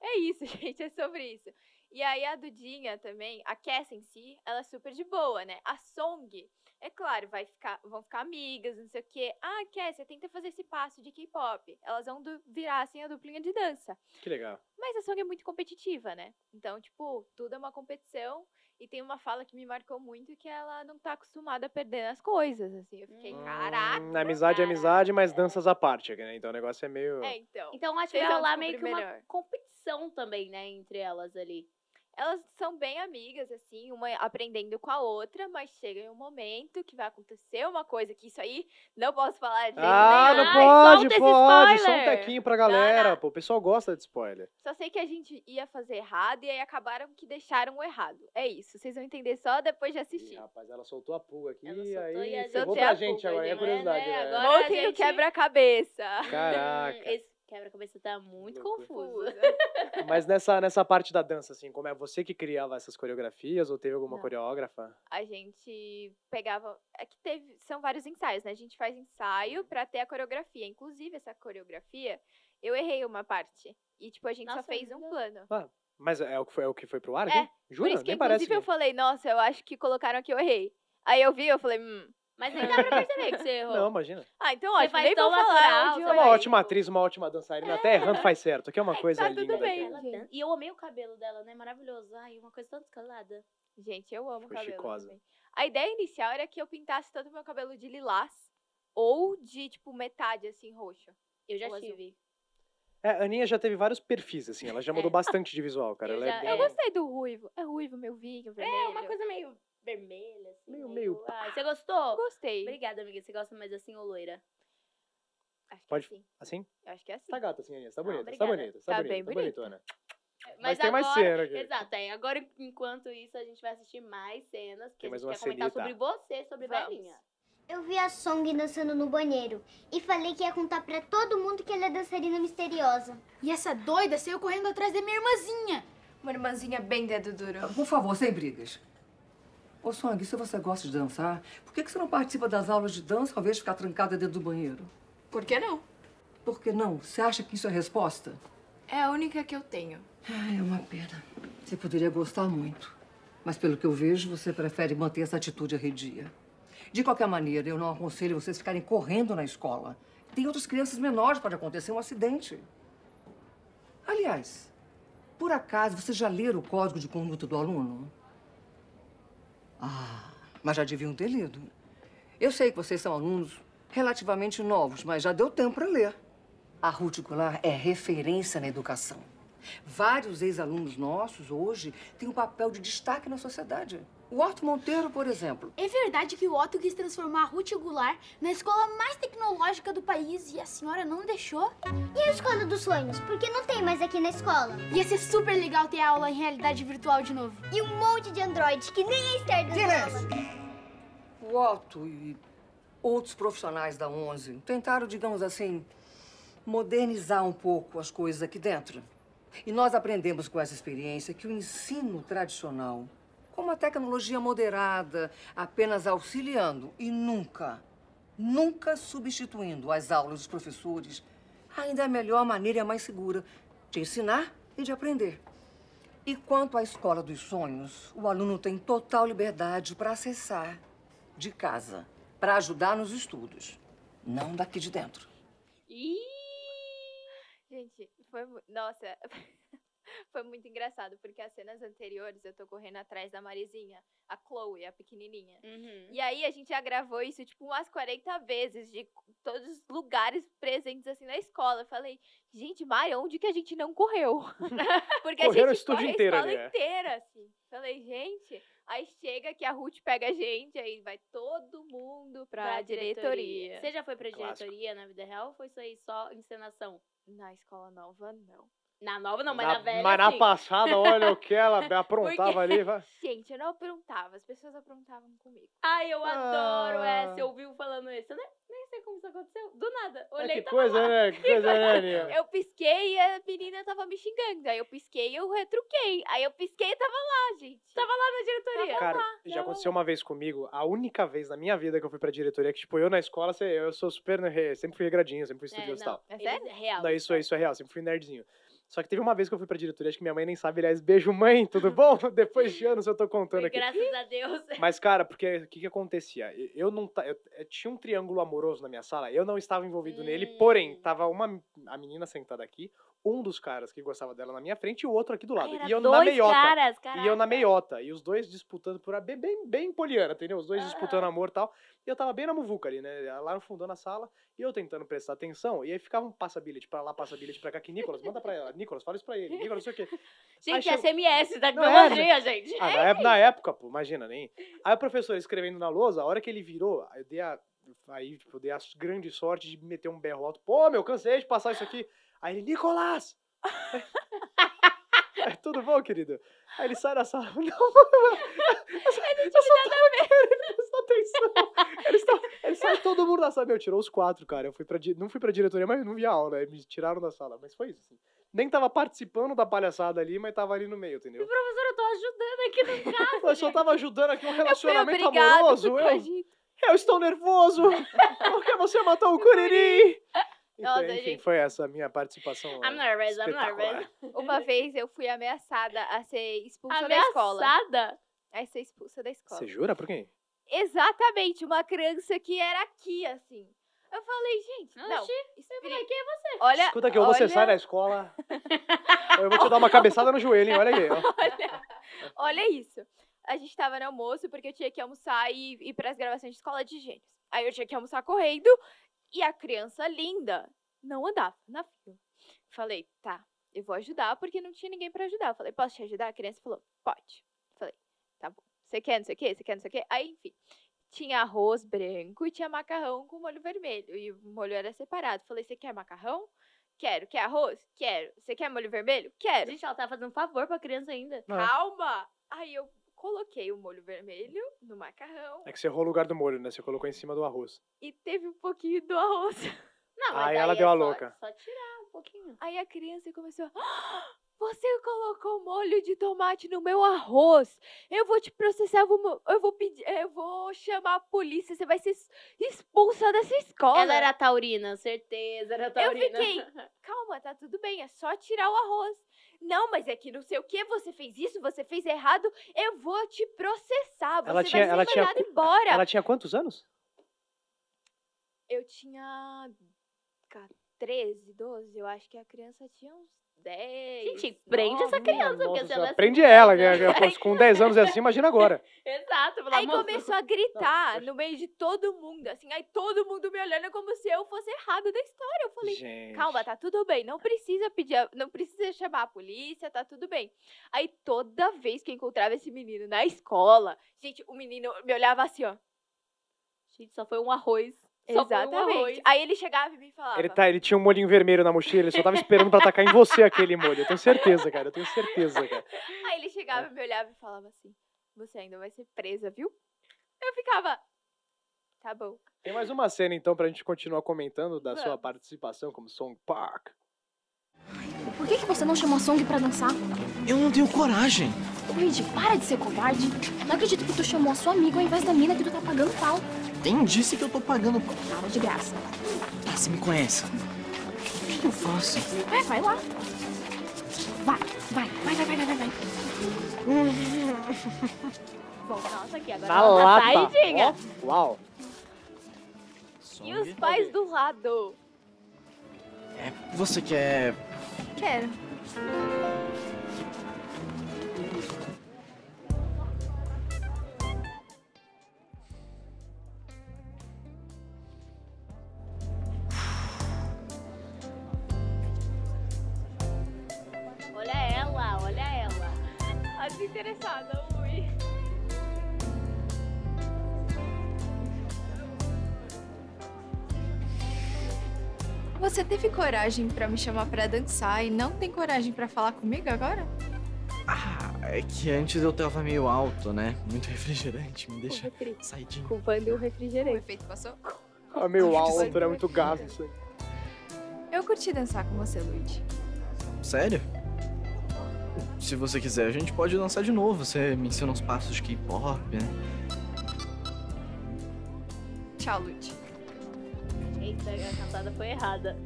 É isso, gente, é sobre isso. E aí a Dudinha também, a Cass em si, ela é super de boa, né? A Song, é claro, vai ficar, vão ficar amigas, não sei o quê. Ah, Cass, você tenta fazer esse passo de K-pop. Elas vão du- virar, assim, a duplinha de dança. que legal. Mas a Song é muito competitiva, né? Então, tipo, tudo é uma competição. E tem uma fala que me marcou muito, que ela não tá acostumada a perder nas coisas, assim. Eu fiquei, Hum, caraca! Hum, amizade é cara. amizade, mas danças à parte, né? Então o negócio é meio... É, então. Então acho que Vocês vai vão rolar meio que descobrir uma melhor. competição também, né? Entre elas ali. elas são bem amigas, assim, uma aprendendo com a outra, mas chega em um momento que vai acontecer uma coisa que isso aí não posso falar de jeito Ah, nenhum. não Ai, pode, solta esse pode. Só um spoiler! tequinho pra galera, Não, pô. O pessoal gosta de spoiler. Só sei que a gente ia fazer errado e aí acabaram que deixaram o errado. É isso, vocês vão entender só depois de Ih, assistir. rapaz, ela soltou a pulga aqui, Ela soltou e a aí gente- ferrou Soltei pra a gente pulga, agora, é gente, curiosidade, né? né? Agora- Voltem no gente- quebra-cabeça. Hum, Caraca. Esse quebra-cabeça tá muito Loucura. confuso. Mas nessa, nessa parte da dança, assim, como é você que criava essas coreografias ou teve alguma Não. coreógrafa? a gente pegava. É que teve. São vários ensaios, né? A gente faz ensaio Uhum. pra ter a coreografia. Inclusive, essa coreografia, eu errei uma parte. E, tipo, a gente só Nossa, fez um vida. plano. Mas é o que foi, é o que foi pro ar? É, gente? Por Jura? isso que, Nem inclusive, parece. eu que- falei, nossa, eu acho que colocaram que eu errei. Aí eu vi, eu falei, hum. Mas é nem dá pra perceber que você errou. Não, imagina. Ah, então Você ótimo, faz nem vou tão falar. natural, onde eu É uma você vai Olha aí, errei. ótima atriz, uma ótima dançarina. Até errando faz certo, que é uma coisa tá tudo linda. bem. cara. Ela gente. dança- E eu amei o cabelo dela, né? Maravilhoso. Ai, uma coisa tão descolada. Gente, eu amo Ficou cabelo chicosa. também. A ideia inicial era que eu pintasse tanto meu cabelo de lilás ou de, tipo, metade, assim, roxo. Eu já Ou azul. tive. É, a Aninha já teve vários perfis, assim. Ela já mudou É. bastante de visual, cara. Eu Ela já- é bem... eu Gostei do ruivo. É ruivo, meu vinho, vermelho. É, uma coisa meio vermelha, assim. Meio- meio- Ai, você gostou? Gostei. Obrigada, amiga. Você gosta mais assim ou loira? Acho que Pode- é assim. Assim? Eu acho que é assim. Tá gata, assim, Aninha. Você tá Não, bonita, você tá obrigada. bonita. Você tá, Tá bonita, bem tá bonita. bonitona. Mas, Mas, tem mais agora- cena aqui. Exato, é. Agora, enquanto isso, a gente vai assistir mais cenas, porque Tem a mais gente uma quer comentar cenita. sobre você, sobre Vamos. Belinha. Eu vi a Song dançando no banheiro e falei que ia contar pra todo mundo que ela é dançarina misteriosa. E essa doida saiu correndo atrás da minha irmãzinha. Uma irmãzinha bem dedo duro. Por favor, sem brigas. Ô, Song, se você gosta de dançar, por que que você não participa das aulas de dança ao invés de ficar trancada dentro do banheiro? Por que não? Por que não? Você acha que isso é resposta? É a única que eu tenho. Ai, é uma pena. Você poderia gostar muito. Mas pelo que eu vejo, você prefere manter essa atitude arredia. De qualquer maneira, eu não aconselho vocês ficarem correndo na escola. Tem outras crianças menores, pode acontecer um acidente. Aliás, por acaso, vocês já leram o código de conduta do aluno? Ah, mas já deviam ter lido. Eu sei que vocês são alunos relativamente novos, mas já deu tempo para ler. A Ruth Goulart é referência na educação. Vários ex-alunos nossos hoje têm um papel de destaque na sociedade. O Otto Monteiro, por exemplo. É verdade que o Otto quis transformar a Ruth Goulart na escola mais tecnológica do país e a senhora não deixou? E a escola dos sonhos? Porque não tem mais aqui na escola. Ia ser super legal ter aula em realidade virtual de novo. E um monte de androide que nem é estar dançando. O Otto e outros profissionais da 11 tentaram, digamos assim, modernizar um pouco as coisas aqui dentro. E nós aprendemos com essa experiência que o ensino tradicional, com uma tecnologia moderada, apenas auxiliando e nunca, nunca substituindo as aulas dos professores, ainda é a melhor maneira e a mais segura de ensinar e de aprender. E quanto à escola dos sonhos, o aluno tem total liberdade para acessar de casa, para ajudar nos estudos. Não daqui de dentro. Ih! Gente, foi. mu- Nossa, foi muito engraçado, porque as cenas anteriores eu tô correndo atrás da Marizinha, a Chloe, a pequenininha. Uhum. E aí a gente já gravou isso, tipo, umas 40 vezes, de todos os lugares presentes, assim, na escola. Eu falei, gente, Mari, onde que a gente não correu? Porque Correram a o gente estúdio corre inteiro a escola ali, é. inteira, assim. Falei, gente, aí chega que a Ruth pega a gente, aí vai todo mundo pra, diretoria. Você já foi pra Clássico. diretoria na vida real ou foi isso aí só encenação? Na escola nova, não. Na nova não, mas na, assim, Na- velha mas na sim. passada, olha o que ela aprontava ali. vai. Gente, eu não aprontava, as pessoas aprontavam comigo. Ai, eu adoro Ah. essa. Eu ouvi falando isso. Eu nem, nem sei como isso aconteceu. Do nada. É, Olhei tá e que tava coisa, lá. né? Que coisa, né, Aninha? Eu pisquei e a menina tava me xingando. Aí eu pisquei e eu retruquei. Aí eu pisquei e tava lá, gente. Tava lá na É, diretoria. tá Cara, já aconteceu uma vez comigo, a única vez na minha vida que eu fui pra diretoria, que, tipo, eu na escola, cê- eu sou super, né, sempre fui regradinho, sempre fui É, estudioso e não. tal. É Eles- sério? Real. Não, isso, é- isso é real, sempre fui nerdzinho. Só que teve uma vez que eu fui pra diretoria, acho que minha mãe nem sabe, aliás, beijo mãe, tudo bom? Depois de anos eu tô contando aqui. Graças a Deus. Mas, cara, porque o que, que acontecia? E- Eu não ta- eu, eu tinha um triângulo amoroso na minha sala, eu não estava envolvido nele, Hum. porém, tava uma a menina sentada aqui, um dos caras que gostava dela na minha frente e o outro aqui do lado. Ai, era e eu na dois meiota. caras, E eu na caraca. meiota. E os dois disputando por a bem, bem, bem poliana, entendeu? Os dois Aham. disputando amor e tal. E eu tava bem na muvuca ali, né? Lá no fundão da sala. E eu tentando prestar atenção. E aí ficava um passa-bilhete pra lá, passa-bilhete pra cá. Que Nicolas, manda pra ela. Nicolas, fala isso pra ele. Nicolas, não sei o quê. Aí Gente, chegou- SMS da Não é, tecnologia, gente. Ah, na, época, na época, pô, imagina, nem. Aí o professor escrevendo na lousa, a hora que ele virou, eu dei a. Aí, tipo, eu dei a grande sorte de meter um berro alto. Pô, meu, cansei de passar isso aqui. Aí ele, Nicolas! Aí, Tudo bom, querido? Aí ele sai da sala. Não, ele não tinha nada a ver. Ele está, ele sai todo mundo da sala. Meu, tirou os quatro, cara. Eu fui pra, di- não fui pra diretoria, mas não vi a aula. aí Me tiraram da sala. Mas foi isso, assim. Nem tava participando da palhaçada ali, mas tava ali no meio, entendeu? Professor, eu tô ajudando aqui no caso. Eu só tava ajudando aqui um Eu fui relacionamento obrigada, amoroso. fui Eu, coagida. eu estou nervoso. Porque você matou o Curiri. Então, Nossa, enfim, gente. foi essa a minha participação. I'm eh, nervous, I'm espetacular. nervous. Uma vez eu fui ameaçada a ser expulsa da escola. Ameaçada? A ser expulsa da escola. Você jura por quem? Exatamente, uma criança que era aqui, assim. Eu falei, gente, não. Oxi, expli- falei, é Olha, Escuta que eu vou olha, cessar da escola. Eu vou te dar uma cabeçada no joelho, hein? Olha aí. ó. Olha isso. A gente tava no almoço porque eu tinha que almoçar e ir para as gravações de escola de gênios. Aí eu tinha que almoçar correndo e a criança linda não andava na fila. Falei, tá, eu vou ajudar porque não tinha ninguém para ajudar. Eu falei, posso te ajudar? A criança falou, pode. Falei, tá bom. Você quer não sei o quê? Você quer não sei o quê? Aí, enfim. Tinha arroz branco e tinha macarrão com molho vermelho. E o molho era separado. Falei, você quer macarrão? Quero. Quer arroz? Quero. Você quer molho vermelho? Quero. Gente, ela tá fazendo um favor pra criança ainda. Não. Calma! Aí eu coloquei o molho vermelho no macarrão É que você errou o lugar do molho, né? Você colocou em cima do arroz. e teve um pouquinho do arroz. Não, Aí mas daí Ah, ela é deu a só- louca. Só tirar um pouquinho. Aí a criança começou. "Ah, Você colocou molho de tomate no meu arroz. Eu vou te processar, eu vou, mo- eu vou pedir, eh, eu vou chamar a polícia, você vai ser s- expulsa dessa escola. Ela era taurina, certeza, era taurina. fiquei- Calma, tá tudo bem, é só tirar o arroz. Não, mas é que não sei o que, você fez isso, você fez errado, eu vou te processar. Você Ela tinha- vai ser ela tinha mandado cu- embora. Ela tinha quantos anos? Eu tinha ca- 13, 12, eu acho que a criança tinha uns 10. Gente, prende essa nove. criança, Nossa, porque se ela... senhora, prende ela. que- que- Com 10 anos é assim, imagina agora. Exato, pelo Aí amor começou a gritar no meio de todo mundo, assim, aí todo mundo me olhando como se eu fosse errado da história. Eu falei, Gente. calma, tá tudo bem, não precisa pedir, a- não precisa chamar a polícia, tá tudo bem. Aí toda vez que eu encontrava esse menino na escola, gente, o menino me olhava assim, ó. Gente, só foi um arroz. Só foi um arroz. Exatamente. Aí ele chegava e me falava. Ele, tá, ele tinha um molhinho vermelho na mochila, ele só tava esperando pra atacar em você aquele molho. Eu tenho certeza, cara. Eu tenho certeza, cara. Aí ele chegava, me olhava e falava assim: Você ainda vai ser presa, viu? Eu ficava. Tá bom. Tem mais uma cena, então, pra gente continuar comentando da sua Vamos. participação como Song Park. Por que, que você não chamou a Song pra dançar? Eu não tenho coragem. Luigi, para de ser covarde. Não acredito que tu chamou a sua amiga ao invés da mina que tu tá pagando pau. Quem disse que eu tô pagando? Cara de graça. Ah, você me conhece. O que que eu faço? É, vai lá. Vai, vai, vai, vai, vai, vai, vai, vai. Nossa, aqui agora Na ela tá lata. saidinha. Ó, uau. E os pais do lado. Você quer. Quero. Olha ela, olha ela. A desinteressada, ui. Você teve coragem pra me chamar pra dançar e não tem coragem pra falar comigo agora? É que antes eu tava meio alto, né? Muito refrigerante, me deixa refri. saidinho. Culpando o O refrigerante. efeito passou? Ah, meu alto, era muito gato isso aí. Eu curti dançar com você, Luigi. Sério? Se você quiser, a gente pode dançar de novo. Você me ensina uns passos de K-pop, né? Tchau, Luigi. Eita, a cantada foi errada.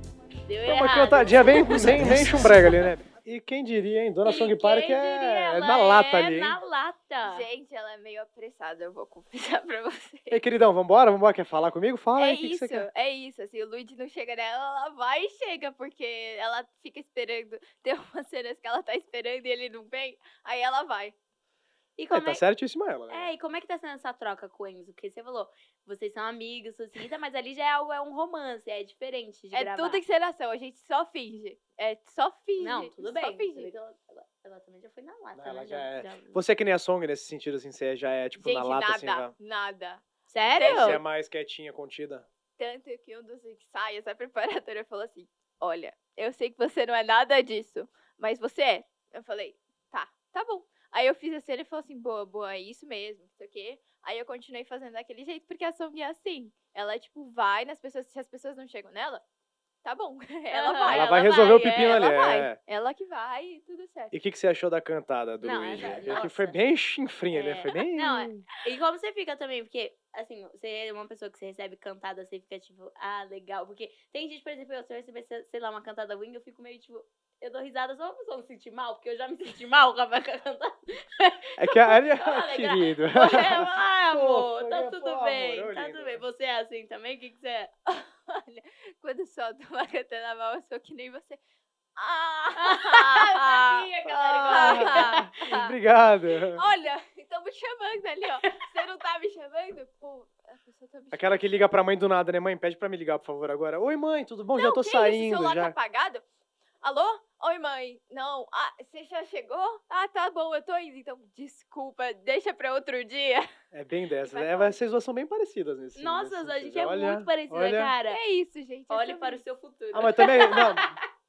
Deu É errado. uma cantadinha bem, bem, bem chumbrega ali, né? E quem diria, hein? Dona E Song Park quem diria, é, é ela na lata é ali, hein? na lata. Gente, ela é meio apressada, eu vou confessar pra vocês. Ei, queridão, vambora? Vambora? Quer falar comigo? Fala É aí, o que, que isso, você quer? é isso. Assim, o Luigi não chega nela, ela vai e chega, porque ela fica esperando. Tem umas cenas que ela tá esperando e ele não vem, aí ela vai. E É, como tá é, certíssima ela, né? é, e como é que tá sendo essa troca com o Enzo? Porque você falou, vocês são amigos, socita, mas ali já é, algo, é um romance, é diferente de é gravar. tudo encenação, a gente só finge. É só finge. Não, tudo só bem. tudo bem Finge. que Ela, ela- ela também já foi na lata, Não, ela né? já é- já- Você é que nem a Song nesse sentido, assim, você já é, tipo, gente, na lata, nada, assim, já. nada. Você é Sério? mais quietinha, contida. Tanto que um dos ensaios, a preparadora falou assim: Olha, eu sei que você não é nada disso, mas você é. Eu falei, tá, tá bom. Aí eu fiz a cena e falou assim, boa, boa, é isso mesmo, não sei o quê. Aí eu continuei fazendo daquele jeito, porque a Song é assim. Ela, tipo, vai nas pessoas, se as pessoas não chegam nela, tá bom. ela Aham. vai. Ela vai resolver o vai, é, pepino ali, Ela, vai. é. ela que vai e tudo certo. E o que, que você achou da cantada do Não, Luigi? essa- ali? Que foi nossa. bem chinfrinha, né? É. Foi bem... Não, E como você fica também? Porque, assim, você é uma pessoa que você recebe cantada, você fica tipo, ah, legal. Porque tem gente, por exemplo, eu, se eu receber, sei- sei lá, uma cantada wing, eu fico meio tipo, eu dou risada só pra pessoa não se sentir mal, porque eu já me senti mal com a minha cantada. É que a área... Olha, gra- Querido. Eu, ah, Fofa, amor, né? tá tudo Pô, amor, né? bem, ô, linda. tá tudo bem. Você é assim também? O que, que você é? Olha, quando solta uma cantando mal, eu sou que nem você. Ah, Ah! eu sabia que ela era igual a mim. Obrigado. Olha, estão me chamando ali, ó. Você não tá me chamando? Pô, a pessoa tá me chamando. Aquela que liga pra mãe do nada, né? Mãe, pede pra me ligar, por favor, agora. Oi, mãe, tudo bom? já Não, tô que isso, saindo, celular tá já. apagado? Alô? Oi, mãe. Não, ah, você já chegou? Ah, tá bom, eu tô indo. Então, desculpa, deixa pra outro dia. É bem dessa. Vai né? falar. Vocês duas são bem parecidas nesse Nossa, nesse a sentido. gente é Olha, muito parecida, olha. cara. É isso, gente. é Olhe sobre para o isso. seu futuro. Ah, mas também. Não,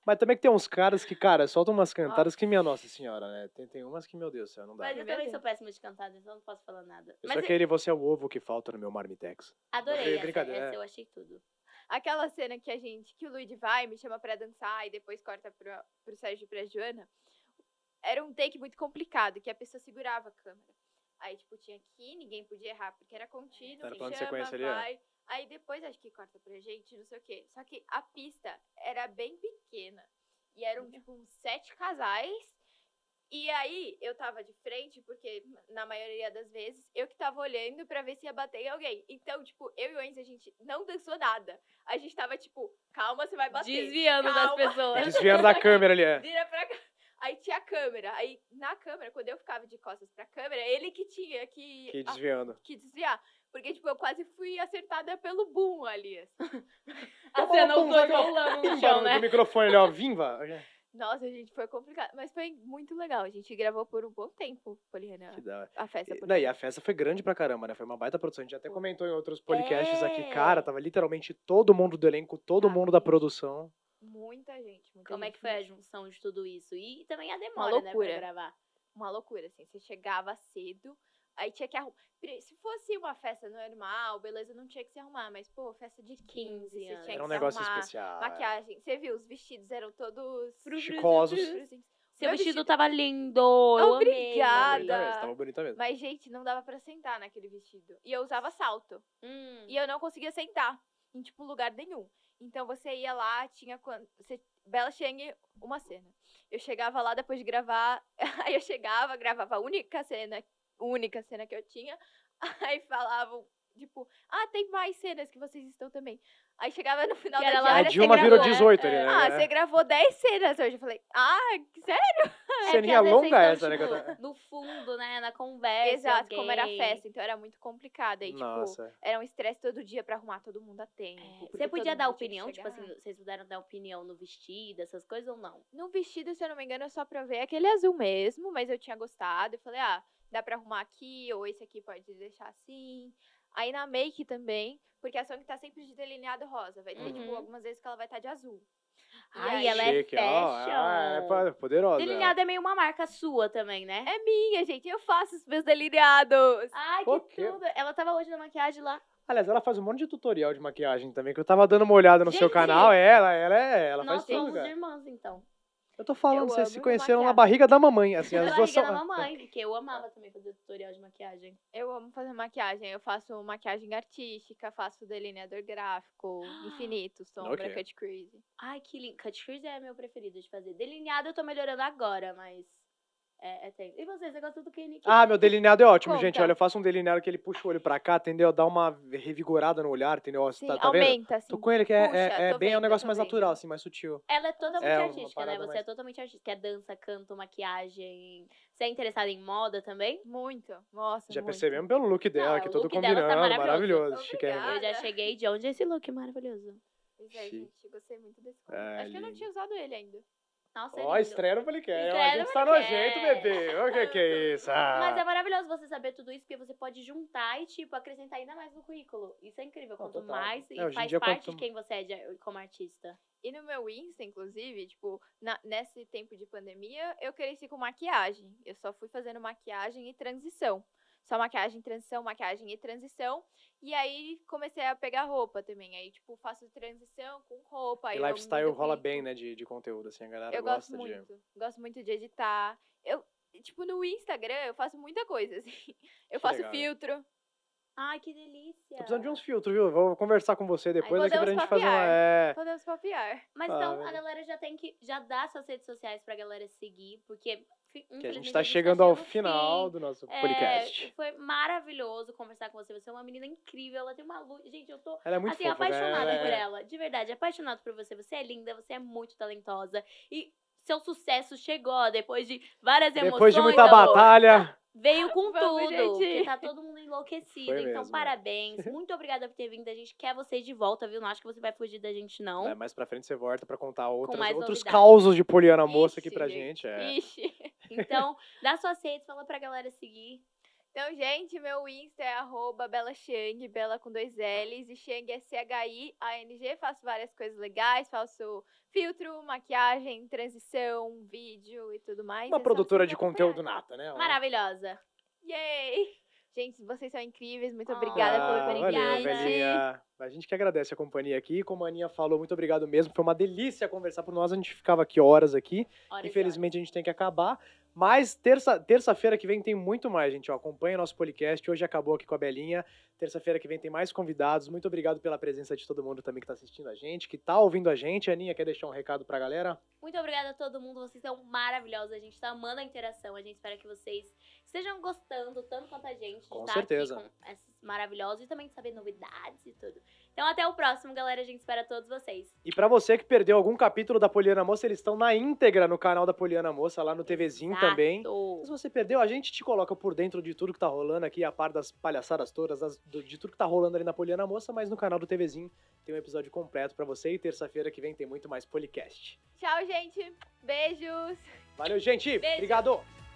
mas também que tem uns caras que, cara, soltam umas cantadas que, minha Nossa Senhora, né? Tem, tem umas que, meu Deus do céu, não dá. Mas eu eu também sou péssima de cantada, então não posso falar nada. só Mas queria você é o ovo que falta no meu marmitex. adorei essa, brincadeira, essa é. eu achei tudo. Aquela cena que a gente, que o Luigi vai, me chama pra dançar e depois corta pro, pro Sérgio e pra Joana. Era um take muito complicado, que a pessoa segurava a câmera. Aí, tipo, tinha que ir, ninguém podia errar, porque era contínuo, Era me plano de chama, sequência ali, é. vai. Aí depois acho que corta pra gente, não sei o quê. Só que a pista era bem pequena. E eram, Uhum. tipo, uns sete casais. E aí, eu tava de frente, porque na maioria das vezes, eu que tava olhando pra ver se ia bater em alguém. Então, tipo, eu e o Enzo, a gente não dançou nada. A gente tava, tipo, calma, você vai bater. Desviando das Calma. pessoas. Desviando da câmera ali, é. Vira pra cá. Aí tinha a câmera. Aí, na câmera, quando eu ficava de costas pra câmera, ele que tinha que, Que a- desviando. que desviar. Porque, tipo, eu quase fui acertada pelo boom ali. assim. A cena os dois rolando no Um chão, barulho do né? microfone ali, ó. Vimba. Nossa, gente, foi complicado. Mas foi muito legal. A gente gravou por um bom tempo, Poliana, Que da hora. a festa. E, por daí, a festa foi grande pra caramba, né? Foi uma baita produção. A gente até comentou em outros podcasts aqui. É. Cara, tava literalmente todo mundo do elenco, todo Tava mundo da mesmo. produção. Muita gente. Muita Como é gente que foi a mesmo. junção de tudo isso? E também a demora, né, pra loucura. gravar. uma loucura, assim. Você chegava cedo, aí tinha que arrumar. Se fosse uma festa normal, beleza, não tinha que se arrumar, mas, pô, festa de 15, 15 você tinha anos. que Era um se negócio arrumar. especial. é. Maquiagem. Você viu, os vestidos eram todos. Chicosos. frufruzinhos. Seu Meu vestido, tá- vestido- tava lindo, eu amei, Tava Obrigada. amei. bonita mesmo, tava bonita mesmo. Mas, gente, não dava pra sentar naquele vestido. E eu usava salto. Hum, E eu não conseguia sentar em, tipo, lugar nenhum. Então você ia lá, tinha. quan- Você... Bela Chang, uma cena. Eu chegava lá depois de gravar, aí eu chegava, gravava a única cena, única cena que eu tinha, aí falavam, tipo, ah, tem mais cenas que vocês estão também. Aí chegava no final Que da era lá, diária, a você Dilma virou gravou- 18 ali, né? Ah, É. você gravou 10 cenas hoje. Eu falei, ah, sério? É que Ceninha às vezes longa vocês essa, né, tão, Catarina? tipo, No fundo, né? Na conversa. Exato, como era a alguém. festa, então era muito complicado. Aí, tipo, Nossa. era um estresse todo dia pra arrumar todo mundo a tempo. É, porque É, Você todo podia dar mundo tinha que opinião? Tipo chegar. assim, vocês puderam dar opinião no vestido, essas coisas ou não? No vestido, se eu não me engano, eu só provei aquele azul mesmo, mas eu tinha gostado. Eu falei, ah, dá pra arrumar aqui, ou esse aqui pode deixar assim. Aí na make também, porque a Song tá sempre de delineado rosa. Vai ter, tipo, Uhum. algumas vezes que ela vai estar de azul. E Ai, aí- ela é Chique, ó, ah, é fashion. pa- poderosa. Delineado é meio uma marca sua também, né? É minha, gente. Eu faço os meus delineados. Ai, Por que quê? tudo. Ela tava hoje na maquiagem lá. Aliás, ela faz um monte de tutorial de maquiagem também, que eu tava dando uma olhada no seu Gente! canal. Ela, ela é, ela faz Nós tudo, somos cara. irmãs, então. Eu tô falando, Eu vocês se amo conheceram na maquiagem. barriga da mamãe, assim, Ela as duas liga são... na Tá mamãe, porque eu amava também fazer tutorial de maquiagem. Eu amo fazer maquiagem. Eu faço maquiagem artística, faço delineador gráfico, infinito, sombra, Ok. cut crease. Ai, que lindo. Cut crease é meu preferido de fazer. Delineado eu tô melhorando agora, mas... É, é tem. E vocês, você gosta do que Nick? Ah, meu delineado é ótimo, Conta. gente. Olha, eu faço um delineado que ele puxa o olho pra cá, entendeu? Dá uma revigorada no olhar, entendeu? Ó, Sim, tá, tá vendo? aumenta, assim. Tô com ele, que é, Puxa, é, é tô bem é um vendo, negócio tô mais vendo. natural, assim, mais sutil. Ela é totalmente É, uma artística, né? parada Você é mais- totalmente artística. É dança, canto, maquiagem. Você é interessada em moda também? Muito. Nossa, Já muito. percebemos pelo look dela, Ah, que o todo look dela tá combinando, maravilhoso. maravilhoso. Obrigada. chiquérrimo. Ah, Eu já né? cheguei de onde é esse look maravilhoso. Pois é, Chique. gente. Gostei muito desse conto. É, Acho que eu não lindo. tinha usado ele ainda. Nossa, é Ó, lindo. estreia no Poliquet. ó, A Estreia no gente tá Poliquet. nojento, bebê. O que que é isso? Ah. Mas é maravilhoso você saber tudo isso, porque você pode juntar e, tipo, acrescentar ainda mais no currículo. Isso é Não, incrível. Quanto total. mais, e É, hoje em faz dia, parte quanto- de quem você é de- como artista. E no meu Insta, inclusive, tipo, na- nesse tempo de pandemia, eu cresci com maquiagem. Eu só fui fazendo maquiagem e transição. Só maquiagem, transição, maquiagem e transição. E aí comecei a pegar roupa também. Aí, tipo, faço transição com roupa. aí E eu lifestyle mudo rola clipe. bem, né, de, de conteúdo, assim, a galera Eu gosto gosta de... muito. Gosto muito de editar. Eu, tipo, no Instagram eu faço muita coisa, assim. Eu Que faço legal, né? filtro. Ai, que delícia. Tô precisando de um uns filtros, viu? Vou conversar com você depois aqui pra podemos gente fazer uma... papear. É... Podemos papiar. Mas Ah, então, a velho. galera já tem que... Já dá suas redes sociais pra galera seguir, porque... Que a fi- gente infelizmente, tá chegando ao no final fim. do nosso É, podcast. foi maravilhoso conversar com você. Você é uma menina incrível, ela tem uma luz. Gente, eu tô Ela é muito assim, fofa, né? apaixonada Ela é- por ela. De verdade, apaixonada por você. Você é linda, você é muito talentosa. E seu sucesso chegou depois de várias emoções. Depois de muita amor. batalha, Veio com Vamos, tudo. gente. Porque tá todo mundo enlouquecido. Foi então, mesmo. parabéns. Muito obrigada por ter vindo. A gente quer vocês de volta, viu? Não acho que você vai fugir da gente, não. né, mais pra frente você volta pra contar outras, mais outros novidades. causos de Poliana Moça aqui Ixi, pra gente. gente. É. Ixi. Então, dá suas redes, fala pra galera seguir. Então, gente, meu Insta é arroba Bela Chang, Bela com dois L's, e Chang é C-H-I-A-N-G. Faço várias coisas legais, faço filtro, maquiagem, transição, vídeo e tudo mais. Uma É só produtora vocês de acompanharem. conteúdo nata, né? Ela- Maravilhosa. Yay! Gente, vocês são incríveis, muito Ah, obrigada Ah, pelo valeu, obrigada. convite. velhinha. A gente que agradece a companhia aqui. Como a Aninha falou, muito obrigado mesmo. Foi uma delícia conversar por nós. A gente ficava aqui horas aqui. Horas e Infelizmente, a gente tem que acabar. Mas terça- terça-feira que vem tem muito mais, gente. Ó, acompanha nosso podcast. Hoje acabou aqui com a Belinha. Terça-feira que vem tem mais convidados. Muito obrigado pela presença de todo mundo também que tá assistindo a gente, que tá ouvindo a gente. Aninha, quer deixar um recado pra galera? Muito obrigada a todo mundo, vocês são maravilhosos. A gente tá amando a interação. A gente espera que vocês estejam gostando tanto quanto a gente. de Com tá certeza. Aqui com esses maravilhosos e também de saber novidades e tudo. Então até o próximo, galera. A gente espera todos vocês. E pra você que perdeu algum capítulo da Poliana Moça, eles estão na íntegra no canal da Poliana Moça, lá no TVzinho tá? também. Exato. Se você perdeu, a gente te coloca por dentro de tudo que tá rolando aqui, a par das palhaçadas todas, das- do- de tudo que tá rolando ali na Poliana Moça, mas no canal do TVzinho tem um episódio completo pra você e terça-feira que vem tem muito mais podcast. Tchau, gente. Beijos. Valeu, gente! Beijo. Obrigado! tá